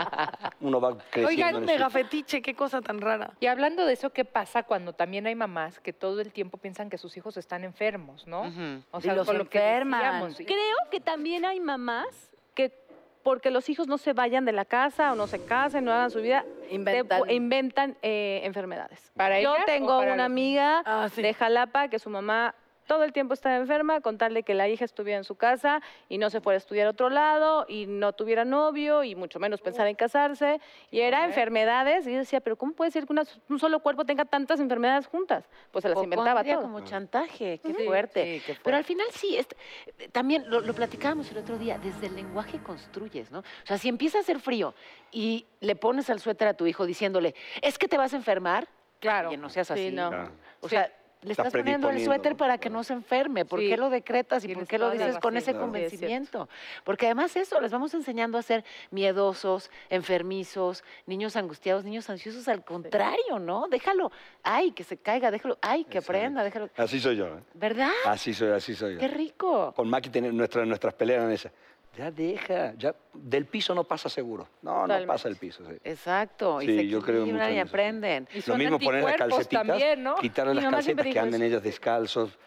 uno va creciendo. Oigan, en mega su- fetiche, qué cosa tan rara. Y hablando de eso, ¿qué pasa cuando también hay mamás que todo el tiempo piensan que sus hijos están enfermos, ¿no? Ujú. O Y los con lo que enferman. decíamos. Y- Creo que también hay mamás que porque los hijos no se vayan de la casa o no se casen, no hagan su vida, te- Inventan. inventan eh, enfermedades. ¿Para Yo ellas o tengo para una los- amiga Ah, sí. de Jalapa que su mamá todo el tiempo estaba enferma con tal de que la hija estuviera en su casa y no se fuera a estudiar a otro lado y no tuviera novio y mucho menos pensar en casarse. Y era enfermedades. Y yo decía, pero ¿cómo puede ser que una- un solo cuerpo tenga tantas enfermedades juntas? Pues se las inventaba Hipocondria todo. como chantaje, qué Sí, fuerte. Sí, qué Pero al fuerte. final sí, es- también lo, lo platicábamos el otro día, desde el lenguaje construyes, ¿no? O sea, si empieza a hacer frío y le pones al suéter a tu hijo diciéndole, es que te vas a enfermar, Claro. oye, no seas así. no. Ah, O sea, le Estás estás poniendo el prediponiendo, suéter ¿no? para que Claro. no se enferme. ¿Por Sí. qué lo decretas y por Tienes qué lo toda la dices con razón. ese Claro. Sí, es cierto. convencimiento? Porque además eso, les vamos enseñando a ser miedosos, enfermizos, niños angustiados, niños ansiosos. Al contrario, ¿no? Déjalo, ay, que se caiga, déjalo, ay, que Exacto. aprenda, déjalo. Así soy yo. ¿eh? ¿Verdad? Así soy, así soy yo. ¡Qué rico! Con Maki tener nuestras, nuestras peleas en esas. Ya deja, ya del piso no pasa seguro. No, no Totalmente. pasa el piso. sí. Exacto, y Sí, se yo creo equilibran mucho en y eso. aprenden. Y Lo son mismo poner las anticuerpos calcetitas, también, ¿no? quitarle Mi las mamá siempre calcetas que dijo anden ellas descalzos.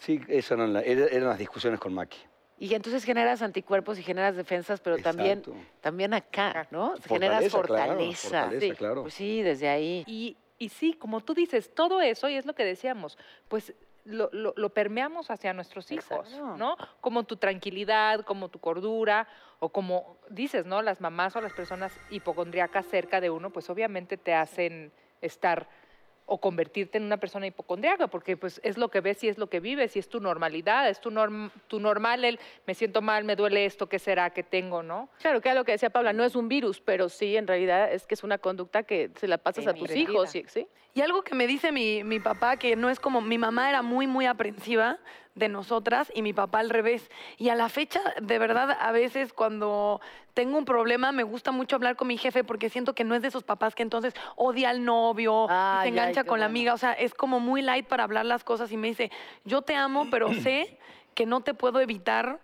Sí, esas eran, la- era- eran las discusiones con Maki. Y entonces generas anticuerpos y generas defensas, pero también, Exacto. también acá, ¿no? generas Fortaleza, claro, fortaleza. fortaleza, sí. claro. Pues sí, desde ahí. Y, y sí, como tú dices, todo eso, y es lo que decíamos, pues lo, lo- lo permeamos hacia nuestros hijos, Exacto. ¿no? Como tu tranquilidad, como tu cordura, o como dices, ¿no? Las mamás o las personas hipocondriacas cerca de uno, pues obviamente te hacen estar o convertirte en una persona hipocondriaca, porque pues es lo que ves y es lo que vives y es tu normalidad, es tu, norm- tu normal, el me siento mal, me duele esto, ¿qué será que tengo, no? Claro, que era lo que decía Paula, no es un virus, pero sí, en realidad es que es una conducta que se la pasas a tus Aprendida. hijos, ¿sí? ¿sí? Y algo que me dice mi, mi papá, que no es como, mi mamá era muy, muy aprensiva de nosotras y mi papá al revés. Y a la fecha, de verdad, a veces cuando tengo un problema, me gusta mucho hablar con mi jefe porque siento que no es de esos papás que entonces odia al novio, y Ay, se ay, engancha qué con la bueno. amiga. O sea, es como muy light para hablar las cosas y me dice, yo te amo, pero sé que no te puedo evitar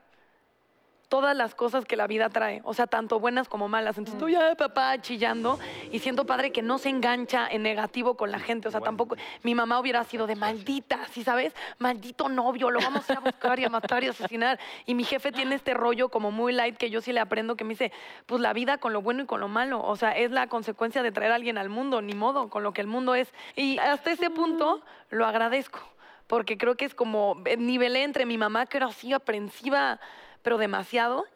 todas las cosas que la vida trae, o sea, tanto buenas como malas. Entonces tú ya, papá, chillando y siento padre que no se engancha en negativo con la gente, o sea, tampoco mi mamá hubiera sido de maldita, ¿sí sabes? Maldito novio, lo vamos a ir a buscar y a matar y asesinar. Y mi jefe tiene este rollo como muy light que yo sí le aprendo que me dice, pues la vida con lo bueno y con lo malo, o sea, es la consecuencia de traer a alguien al mundo, ni modo, con lo que el mundo es. Y hasta ese punto lo agradezco porque creo que es como eh, nivelé entre mi mamá, que era así aprensiva, pero demasiado,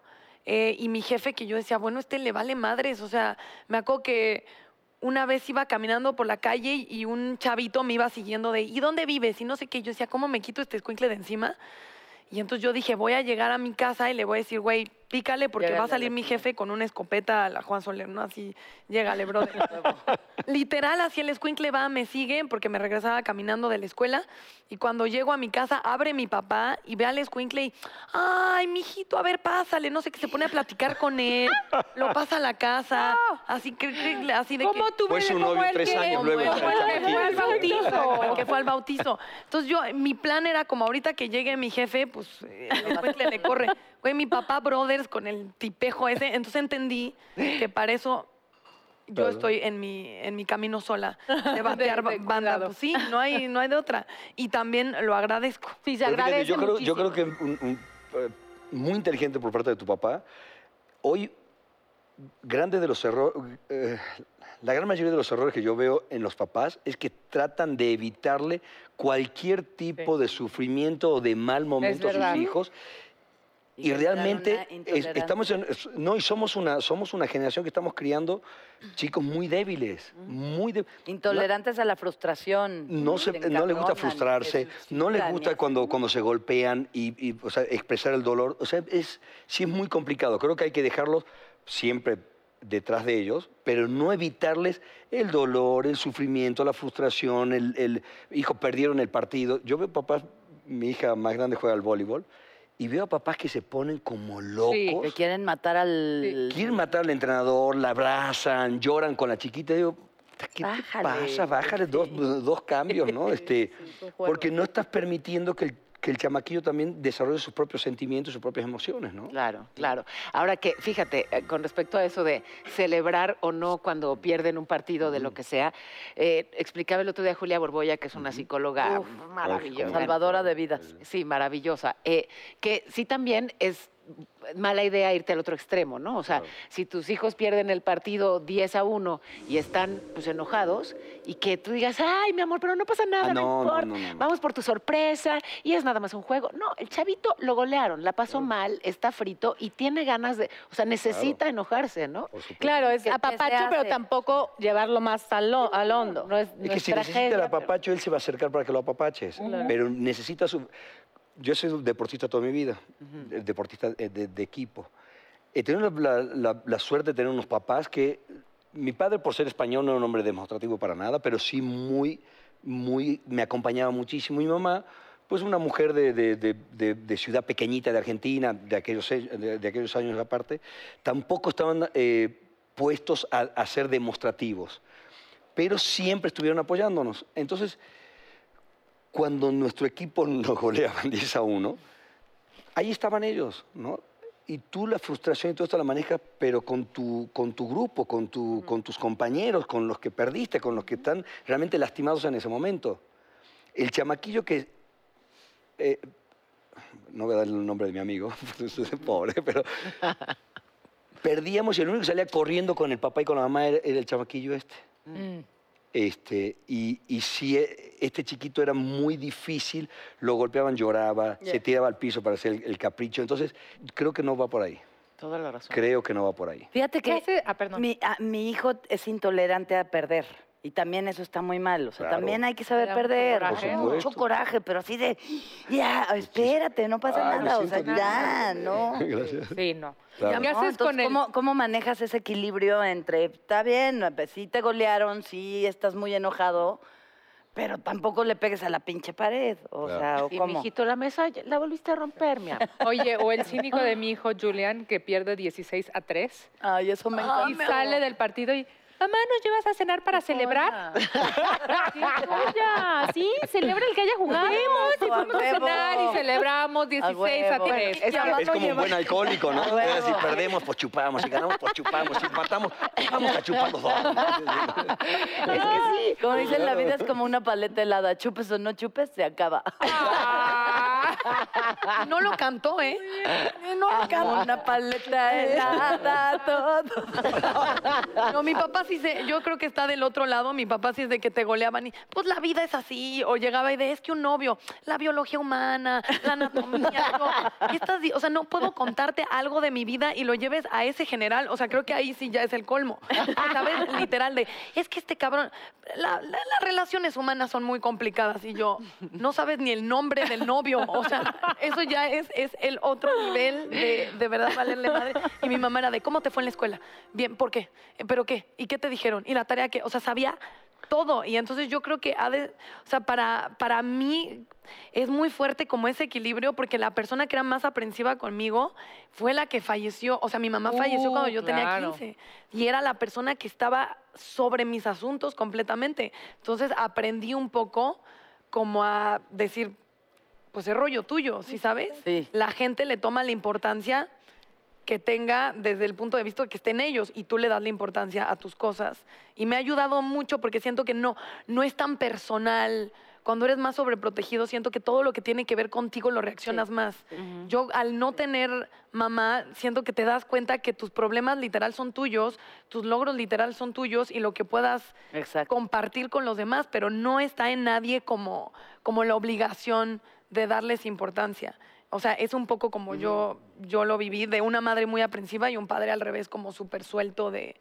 eh, y mi jefe, que yo decía, bueno, este le vale madres. O sea, me acuerdo que una vez iba caminando por la calle y un chavito me iba siguiendo de, ¿y dónde vives? Y no sé qué. Yo decía, ¿cómo me quito este escuincle de encima? Y entonces yo dije, voy a llegar a mi casa y le voy a decir, güey, pícale porque va a salir mi jefe con una escopeta a la Juan Soler, ¿no? Así, llégale, brother. Literal, así el escuincle va, me sigue porque me regresaba caminando de la escuela. Y cuando llego a mi casa, abre mi papá y ve al escuincle y, ay, mijito, a ver, pásale. No sé qué, se pone a platicar con él, lo pasa a la casa. Así que, que- así de que... ¿Cómo tú Fue ves su como novio el tres que- años, como luego el se que fue al echó a bautizo? Exacto, el que fue al bautizo. Entonces yo, mi plan era como ahorita que llegue mi jefe, pues eh, después le, le corre. Güey, mi papá brothers con el tipejo ese. Entonces entendí que para eso yo Claro. estoy en mi, en mi camino sola de batear de ba- banda. cuidado. Pues sí, no hay, no hay de otra. Y también lo agradezco. Sí, se Pero fíjate, agradece yo, creo, yo muchísimo. creo que un- un, eh, muy inteligente por parte de tu papá. Hoy, grande de los errores, eh, la gran mayoría de los errores que yo veo en los papás es que tratan de evitarle cualquier tipo de sufrimiento o de mal momento a verdad. sus hijos. Y, generar una realmente es- intolerancia. estamos en- es- no y somos una somos una generación que estamos criando chicos muy débiles, muy débiles. Intolerantes a la frustración. No, se, Se no le gusta encabronan, frustrarse, se no le suicidan y gusta así. cuando, cuando se golpean y, y, o sea, expresar el dolor. O sea, es, sí es muy complicado. Creo que hay que dejarlos siempre detrás de ellos, pero no evitarles el dolor, el sufrimiento, la frustración, el, el- hijo, perdieron el partido. Yo veo papás, mi hija más grande juega al voleibol, y veo a papás que se ponen como locos. Sí, Que quieren matar al... Quieren matar al entrenador, la abrazan, lloran con la chiquita. Digo, "Puta, ¿qué te Bájale, pasa? Bájale dos, dos cambios, ¿no? Este, porque no estás permitiendo que el, que el chamaquillo también desarrolle sus propios sentimientos, sus propias emociones, ¿no? Claro, claro. Ahora que, fíjate, eh, con respecto a eso de celebrar o no cuando pierden un partido de lo que sea, eh, explicaba el otro día Julia Borboya, que es una psicóloga maravillosa. Salvadora de vidas. Sí, maravillosa. Eh, que sí también es mala idea irte al otro extremo, ¿no? O sea, si tus hijos pierden el partido 10 a 1 y están pues enojados y que tú digas, ay, mi amor, pero no pasa nada, Ah, no, no, no, importa, no, no, no. vamos por tu sorpresa y es nada más un juego. No, el chavito lo golearon, la pasó mal, está frito y tiene ganas de, o sea, necesita enojarse, ¿no? Por supuesto. Claro, ¿Qué- qué es se apapacho, pero hace? tampoco llevarlo más al, lo- al hondo. No es, no Es que si necesita tragedia, el pero- apapacho, él se va a acercar para que lo apapaches. Pero necesita su... Yo soy deportista toda mi vida, eh, deportista eh, de, de equipo. He tenido la, la- la- la suerte de tener unos papás que... Mi padre, por ser español, no era un hombre demostrativo para nada, pero sí muy, muy... Me acompañaba muchísimo. Mi mamá, pues una mujer de, de- de- de- de ciudad pequeñita de Argentina, de aquellos, e- de, de aquellos años aparte, tampoco estaban eh, puestos a- a ser demostrativos pero siempre estuvieron apoyándonos. Entonces, cuando nuestro equipo nos goleaban 10 a 1, ahí estaban ellos, ¿no? Y tú la frustración y todo esto la manejas, pero con tu, con tu grupo, con, tu, con tus compañeros, con los que perdiste, con los que están realmente lastimados en ese momento. El chamaquillo que... eh, no voy a darle el nombre de mi amigo, pobre, pero... Perdíamos y el único que salía corriendo con el papá y con la mamá era- era el chamaquillo este. Este, y, y si e- este chiquito era muy difícil, lo golpeaban, lloraba, se tiraba al piso para hacer el, el capricho. Entonces, creo que no va por ahí. Toda la razón. Creo que no va por ahí. Fíjate ¿Qué que hace? Ah, perdón. mi, ah, mi hijo es intolerante a perder. Y también eso está muy mal. O sea, Claro. también hay que saber Da mucho perder. coraje. o sea, Por mucho supuesto. coraje, pero así de, ya, espérate, no pasa Ay, me nada. O sea, siento ya, ¿no? Gracias. Sí, no. Claro. ¿Qué No, haces entonces, con el- ¿cómo, cómo manejas ese equilibrio entre, está bien, pues, sí te golearon, sí estás muy enojado, pero tampoco le pegues a la pinche pared? O Claro. sea, ¿o Y ¿cómo? mijito, la mesa ya- la volviste a romper, mi amor. Oye, o el cínico de mi hijo Julian, que pierde 16 a 3 Ay, eso Oh me encanta. y sale del partido y, mamá, ¿nos llevas a cenar para celebrar? Oye, sí, celebra el que haya jugado. y fuimos a cenar y celebramos 16 a huevo. 3. Es Ah, que- Es como un buen alcohólico, ¿no? Ah, bueno. Si perdemos, pues chupamos. Si ganamos, pues chupamos. Si empatamos, pues vamos a chupar los dos. sí. Como dicen, la vida es como una paleta helada. Chupes o no chupes, se acaba. No lo cantó, ¿eh? No acaba. Una paleta helada, todo. No, mi papá sí se, yo creo que está del otro lado, mi papá sí es de que te goleaban y, pues la vida es así, o llegaba y de, es que un novio, la biología humana, la anatomía, digo, ¿qué estás di- o sea, no puedo contarte algo de mi vida y lo lleves a ese general, o sea, creo que ahí sí ya es el colmo, ¿sabes? Literal de, es que este cabrón, la- la- las relaciones humanas son muy complicadas y yo, no sabes ni el nombre del novio, o sea, eso ya es, es el otro nivel de, de verdad valerle madre. Y mi mamá era de, ¿cómo te fue en la escuela? Bien, ¿por qué? Eh, ¿Pero qué? ¿Y qué te dijeron? ¿Y la tarea qué? O sea, sabía todo. Y entonces yo creo que ha de- o sea, para, para mí es muy fuerte como ese equilibrio porque la persona que era más aprensiva conmigo fue la que falleció. O sea, mi mamá falleció Uh, cuando yo tenía claro. 15 y era la persona que estaba sobre mis asuntos completamente. Entonces aprendí un poco como a decir, pues es rollo tuyo, ¿sí sabes? Sí. La gente le toma la importancia que tenga desde el punto de vista de que estén ellos y tú le das la importancia a tus cosas. Y me ha ayudado mucho porque siento que no, no es tan personal. Cuando eres más sobreprotegido, siento que todo lo que tiene que ver contigo lo reaccionas más. Yo al no tener mamá, siento que te das cuenta que tus problemas literal son tuyos, tus logros literal son tuyos y lo que puedas Exacto. compartir con los demás, pero no está en nadie como, como la obligación de darles importancia. O sea, es un poco como yo, yo lo viví, de una madre muy aprensiva y un padre al revés, como súper suelto de...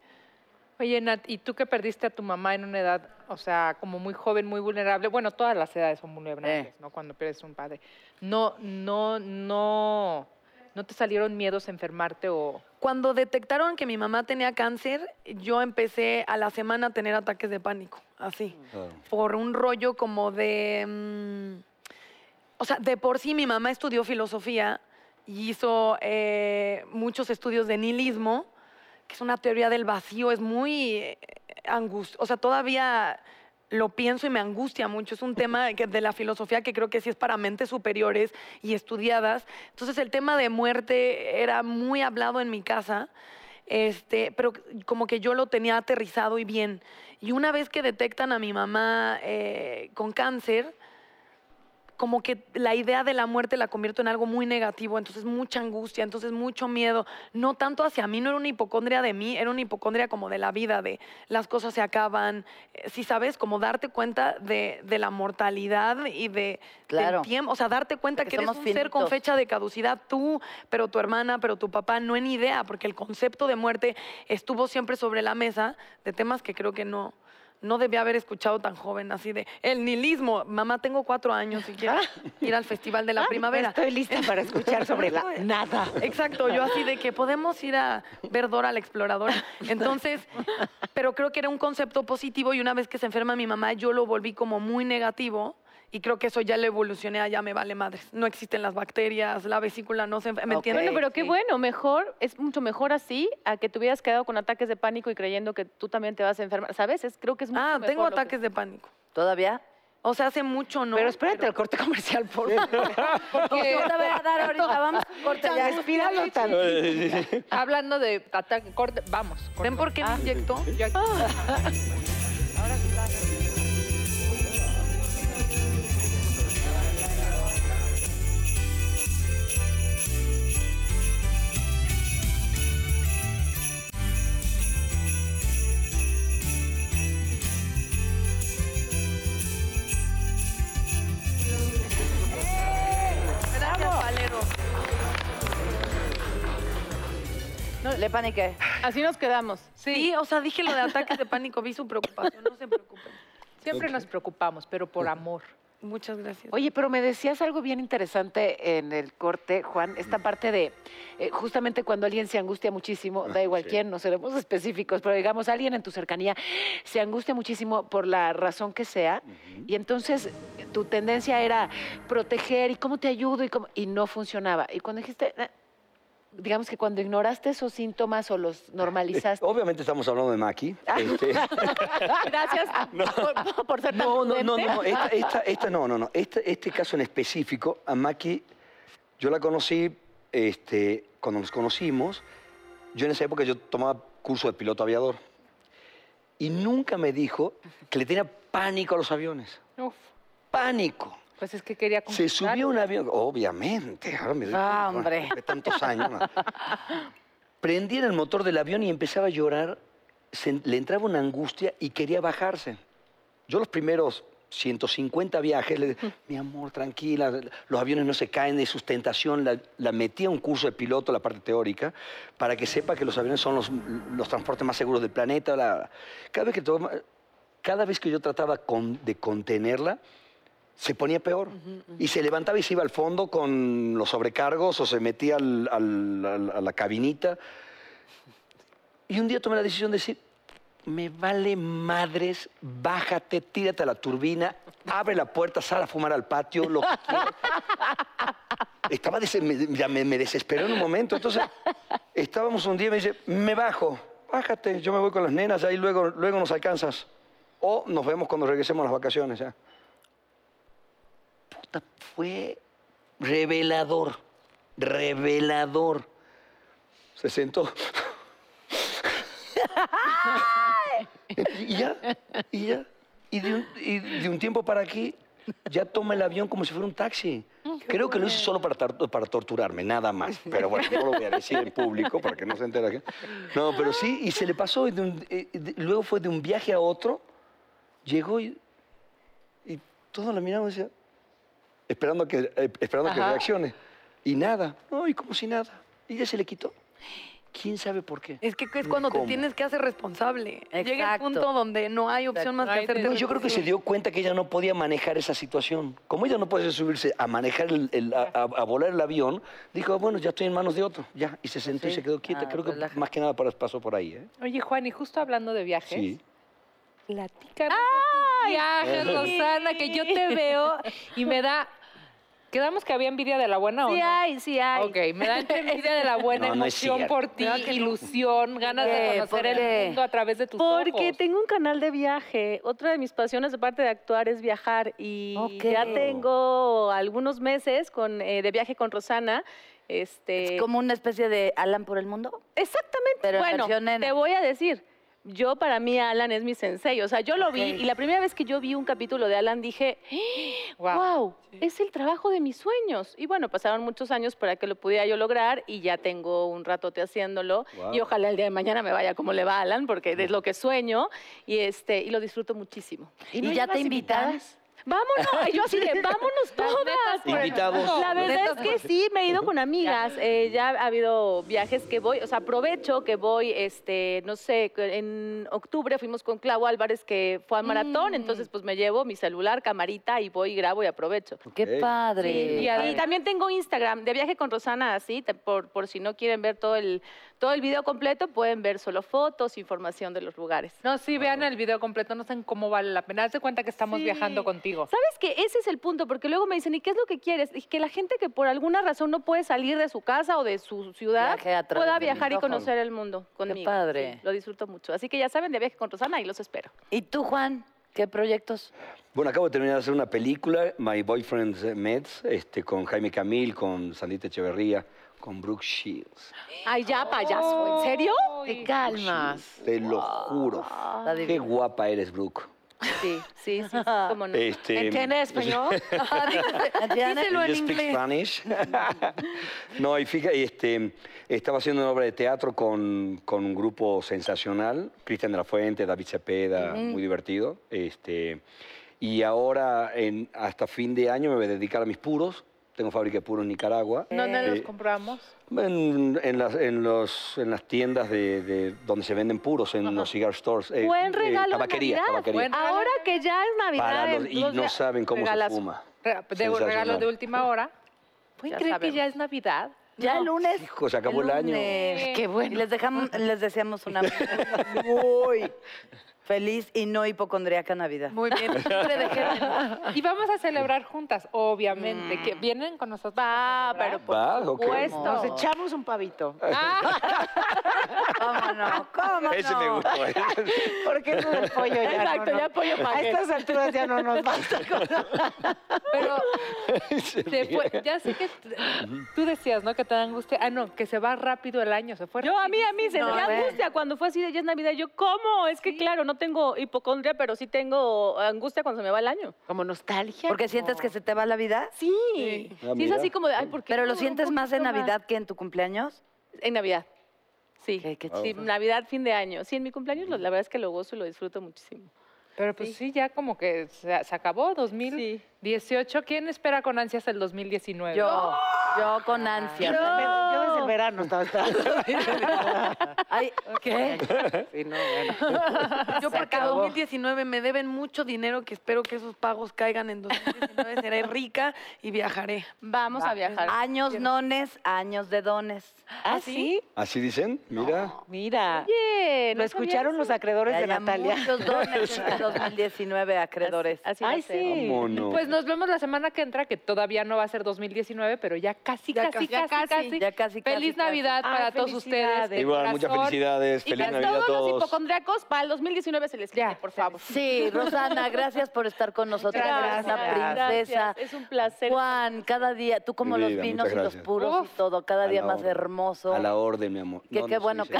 Oye, Nat, ¿y tú que perdiste a tu mamá en una edad, o sea, como muy joven, muy vulnerable? Bueno, todas las edades son vulnerables, ¿no? Cuando pierdes un padre. No, no, no, ¿no te salieron miedos a enfermarte o...? Cuando detectaron que mi mamá tenía cáncer, yo empecé a la semana a tener ataques de pánico, así. por un rollo como de... mm, o sea, de por sí mi mamá estudió filosofía y hizo eh, muchos estudios de nihilismo, que es una teoría del vacío, es muy angustia, o sea, todavía lo pienso y me angustia mucho, es un tema que- de la filosofía que creo que sí es para mentes superiores y estudiadas. Entonces el tema de muerte era muy hablado en mi casa, este, pero como que yo lo tenía aterrizado y bien. Y una vez que detectan a mi mamá eh, con cáncer, como que la idea de la muerte la convierto en algo muy negativo, entonces mucha angustia, entonces mucho miedo, no tanto hacia mí, no era una hipocondria de mí, era una hipocondria como de la vida, de las cosas se acaban, si sabes, como darte cuenta de, de la mortalidad y de, Claro. del tiempo, o sea, darte De cuenta que que eres un somos ser con finitos. fecha de caducidad, tú, pero tu hermana, pero tu papá, no en idea, porque el concepto de muerte estuvo siempre sobre la mesa de temas que creo que no... No debía haber escuchado tan joven, así de el nihilismo. Mamá, tengo cuatro años y quiero Ah. ir al Festival de la Primavera. Estoy lista para escuchar sobre la nada. Exacto, yo así de que podemos ir a ver Dora la exploradora. Entonces, pero creo que era un concepto positivo y una vez que se enferma mi mamá, yo lo volví como muy negativo y creo que eso ya lo evolucioné, a ya me vale madres. No existen las bacterias, la vesícula no se enferma, ¿me Ok. entiendes? Bueno, pero qué sí. bueno, mejor, es mucho mejor así a que te hubieras quedado con ataques de pánico y creyendo que tú también te vas a enfermar. ¿Sabes? Es, creo que es mucho Ah, mejor tengo lo que- ataques de pánico. ¿Todavía? O sea, hace mucho no. Pero espérate al corte comercial, por Porque te voy a dar ahorita. Vamos a un corte ya. Respíralo tanto. Hablando de ataque, corte, vamos. corte. ¿Ven por qué me inyectó? Ah. Yo aquí- Gracias, Valero. Le paniqué. Así nos quedamos. Sí. o sea, dije lo de ataques de pánico, vi su preocupación, no se preocupen. Siempre nos preocupamos, pero por amor. Muchas gracias. Oye, pero me decías algo bien interesante en el corte, Juan, esta parte de eh, justamente cuando alguien se angustia muchísimo, da igual sí. quién, no seremos específicos, pero digamos alguien en tu cercanía se angustia muchísimo por la razón que sea y entonces eh, tu tendencia era proteger y cómo te ayudo y cómo y no funcionaba. Y cuando dijiste, "Eh, digamos que cuando ignoraste esos síntomas o los normalizaste. eh, Obviamente estamos hablando de Maki. Ah. este, Gracias por, por ser tan no, no, no, prudente. no, esta, esta- esta no, no, no. Este, este caso en específico, a Maki, yo la conocí este, cuando nos conocimos. Yo en esa época yo tomaba curso de piloto aviador. Y nunca me dijo que le tenía pánico a los aviones. Uf, Pánico. pues es que quería Se conquistar. subió a un avión, obviamente, ahora me doy Ah, cuenta, hombre. de tantos años. ¿no? Prendía el motor del avión y empezaba a llorar, se- le entraba una angustia y quería bajarse. Yo los primeros 150 viajes le decía, mi amor, tranquila, los aviones no se caen de sustentación, la, la metía a un curso de piloto, la parte teórica, para que sepa que los aviones son los, los transportes más seguros del planeta. la- cada, vez que toma- cada vez que yo trataba con- de contenerla, se ponía peor. Y se levantaba y se iba al fondo con los sobrecargos o se metía al- al- al- a la cabinita. Y un día tomé la decisión de decir, me vale madres, bájate, tírate a la turbina, abre la puerta, sal a fumar al patio, lo que quieras. Estaba des- me, ya me- me desesperó en un momento. Entonces, estábamos un día y me dice, me bajo, bájate, yo me voy con las nenas, ahí luego, luego nos alcanzas. O nos vemos cuando regresemos a las vacaciones. ya puta, fue revelador, revelador. Se sentó. y ya, y ya. Y de, un, y de un tiempo para aquí, ya toma el avión como si fuera un taxi. Creo que lo hizo solo para, tar- para torturarme, nada más. Pero bueno, no lo voy a decir en público para que no se entere la gente. No, pero sí, y se le pasó. y de un- eh, de- luego fue de un viaje a otro, llegó y, y todos la miramos y decía, esperando que, eh, esperando que reaccione. Y nada, no, y como si nada. Y ya se le quitó. ¿Quién sabe por qué? Es que es Ni cuando cómo. te tienes que hacer responsable. Llega el Exacto. punto donde no hay opción más que Ay, te- hacerte No, yo creo que se dio cuenta que ella no podía manejar esa situación. Como ella no podía subirse a manejar, el, el- a, a- a volar el avión, dijo, bueno, ya estoy en manos de otro. Ya, y se sentó y se quedó quieta. Ah, creo que relaja. más que nada por- pasó por ahí. ¿eh? Oye, Juan, y justo hablando de viajes. Sí. Platícanos de tus viajes, Rosana, que yo te veo y me da... ¿Quedamos que había envidia de la buena o Sí no? hay, sí hay. Ok, me da entre envidia de la buena No, no es emoción cierto. por ti, ilusión, ganas ¿Por de qué? conocer Eh, ¿Por qué? el mundo a través de tus Porque ojos. tengo un canal de viaje. Otra de mis pasiones, aparte de actuar, es viajar. Y Ok. ya tengo algunos meses con, eh, de viaje con Rosana. Este, Es eh, como una especie de Alan por el mundo. Exactamente. Pero en bueno, versión nena. te voy a decir. Yo, para mí, Alan es mi sensei. O sea, yo lo Ok. vi y la primera vez que yo vi un capítulo de Alan dije, wow, Guau. es el trabajo de mis sueños. Y bueno, pasaron muchos años para que lo pudiera yo lograr y ya tengo un ratote haciéndolo. Guau. Y ojalá el día de mañana me vaya como le va a Alan, porque es lo que sueño y, este, y lo disfruto muchísimo. ¿Y, ya te invitan? Vámonos, y yo así de vámonos todas. Invitados. La verdad es que sí, me he ido con amigas. eh, ya ha habido viajes que voy, o sea, aprovecho que voy, este, no sé, que en octubre fuimos con Clau Álvarez que fue al maratón, entonces pues me llevo mi celular, camarita y voy y grabo y aprovecho. ¡Qué Ok. padre! Sí, y, ahí también tengo Instagram de viaje con Rosana, así, te- por, por si no quieren ver todo el, todo el video completo, pueden ver solo fotos, información de los lugares. No, sí, vean el video completo, no sé cómo vale la pena. Haz de cuenta que estamos Sí. viajando contigo. ¿Sabes que Ese es el punto, porque luego me dicen, ¿y qué es lo que quieres? Y que la gente que por alguna razón no puede salir de su casa o de su ciudad Viaje a través pueda de mis viajar y ojos. conocer el mundo conmigo. Sí, padre. lo disfruto mucho. Así que ya saben, de viaje con Rosana y los espero. ¿Y tú, Juan? ¿Qué proyectos? Bueno, acabo de terminar de hacer una película, My Boyfriend Meds, este, con Jaime Camil, con Sandita Echeverría, con Brooke Shields. Ay, ya, payaso. ¿En serio? Te calmas. Te lo juro. Está Qué divino. guapa eres, Brooke. Sí, sí, sí. cómo no. Este, español? Do ¿Entiendes? you speak Spanish? no, y fíjate, este, estaba haciendo una obra de teatro con, con un grupo sensacional, Cristian de la Fuente, David Cepeda, muy divertido. Este, y ahora, en, hasta fin de año, me voy a dedicar a mis puros. Tengo fábrica de puros en Nicaragua. ¿Dónde los Eh, compramos? En, en las, en los- en las tiendas de, de donde se venden puros, en los cigar stores. eh, Buen eh, regalo de tabaquería, Navidad. tabaquería. Buen- Ahora que ya es Navidad. Para los- en y dos no días- saben cómo Regalazo. se fuma. Re- De un regalo Sensacional. de última hora. ¿Pueden Ya creer que sabemos. ya es Navidad? Ya el lunes. Hijo, se acabó el año. lunes. Sí. Qué bueno. Y Les, dejamos, les deseamos una muy Feliz y no hipocondríaca Navidad. Muy bien. Libre de germen. Y vamos a celebrar juntas, Mm. obviamente. Que vienen con nosotros. Va, Ah, a celebrar. pero pues, ¿Va? ¿O qué? Supuesto. Nos echamos un pavito. Ah, ¿Cómo no? ¿Cómo Ese no? me gustó. ¿eh? Porque eso del pollo ya. Exacto, no, no. ya pollo pa' A qué. estas alturas ya no nos basta. pero Ese se bien. fue- ya sé que t- tú decías, ¿no? Que te da angustia. Ah, no, que se va rápido el año, se fue. Yo a mí, a mí, se No, me a ver. angustia cuando fue así de ya es Navidad. Yo, ¿cómo? Es que claro, no tengo hipocondria, pero sí tengo angustia cuando se me va el año. Como nostalgia. Porque sientes que se te va la vida. Sí. Sí. Sí, Ah, es mira. así como de, ay, ¿por qué? Pero no lo duró un sientes más en poquito Navidad que en tu cumpleaños. En Navidad. Sí. Qué- qué Sí, Navidad, fin de año. Sí, en mi cumpleaños lo- la verdad es que lo gozo y lo disfruto muchísimo. Pero pues sí, ya como que se, se acabó 2018. ¿Quién espera con ansias el 2019? Yo, yo con ansia. Yo desde el verano estaba esperando. Ay, ¿Qué? Sí, no, bueno. Yo porque 2019 me deben mucho dinero que espero que esos pagos caigan en 2019. Seré rica y viajaré. Vamos a viajar. Años nones, años de dones. ¿Ah, sí? ¿Así dicen? Mira. Mira. Oye, Lo no sabía escucharon eso. los acreedores Que de haya Natalia. Muchos dones en el 2019 acreedores. Así va a Ay, ser. sí. ¿Cómo no? Pues nos vemos la semana que entra, que todavía no va a ser 2019, pero ya casi, Ya casi, casi, ya casi, casi, casi. Ya casi. casi, Feliz casi. Navidad Ay, para todos ustedes. felicidades. de Igual, muchas corazón. felicidades. Y Feliz para Navidad a todos, los todos. hipocondriacos, para el 2019 se les quiere, por favor. Sí, Rosana, gracias por estar con nosotros. Gracias, princesa. Gracias, Es un placer. Juan, cada día, tú como Mi los vida, vinos muchas y los gracias. puros y Uf. todo, cada A día la más orden. hermoso. A la orden, mi amor. Que No, qué no, sí, bueno sí. que...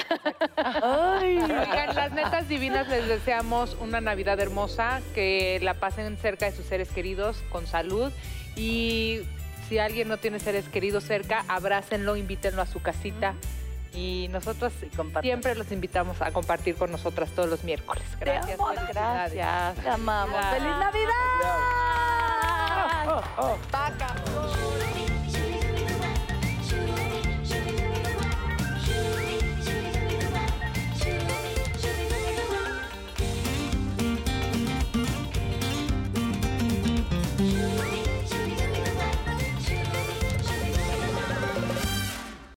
Ay, Oigan, las netas divinas les deseamos una Navidad hermosa, que la pasen cerca de sus seres queridos, con salud. Y si alguien no tiene seres queridos cerca, abrácenlo, invítenlo a su casita. Y nosotros siempre los invitamos a compartir con nosotras todos los miércoles. Gracias. felicidades. te amamos. ¡Feliz Navidad! Oh, oh. Paca.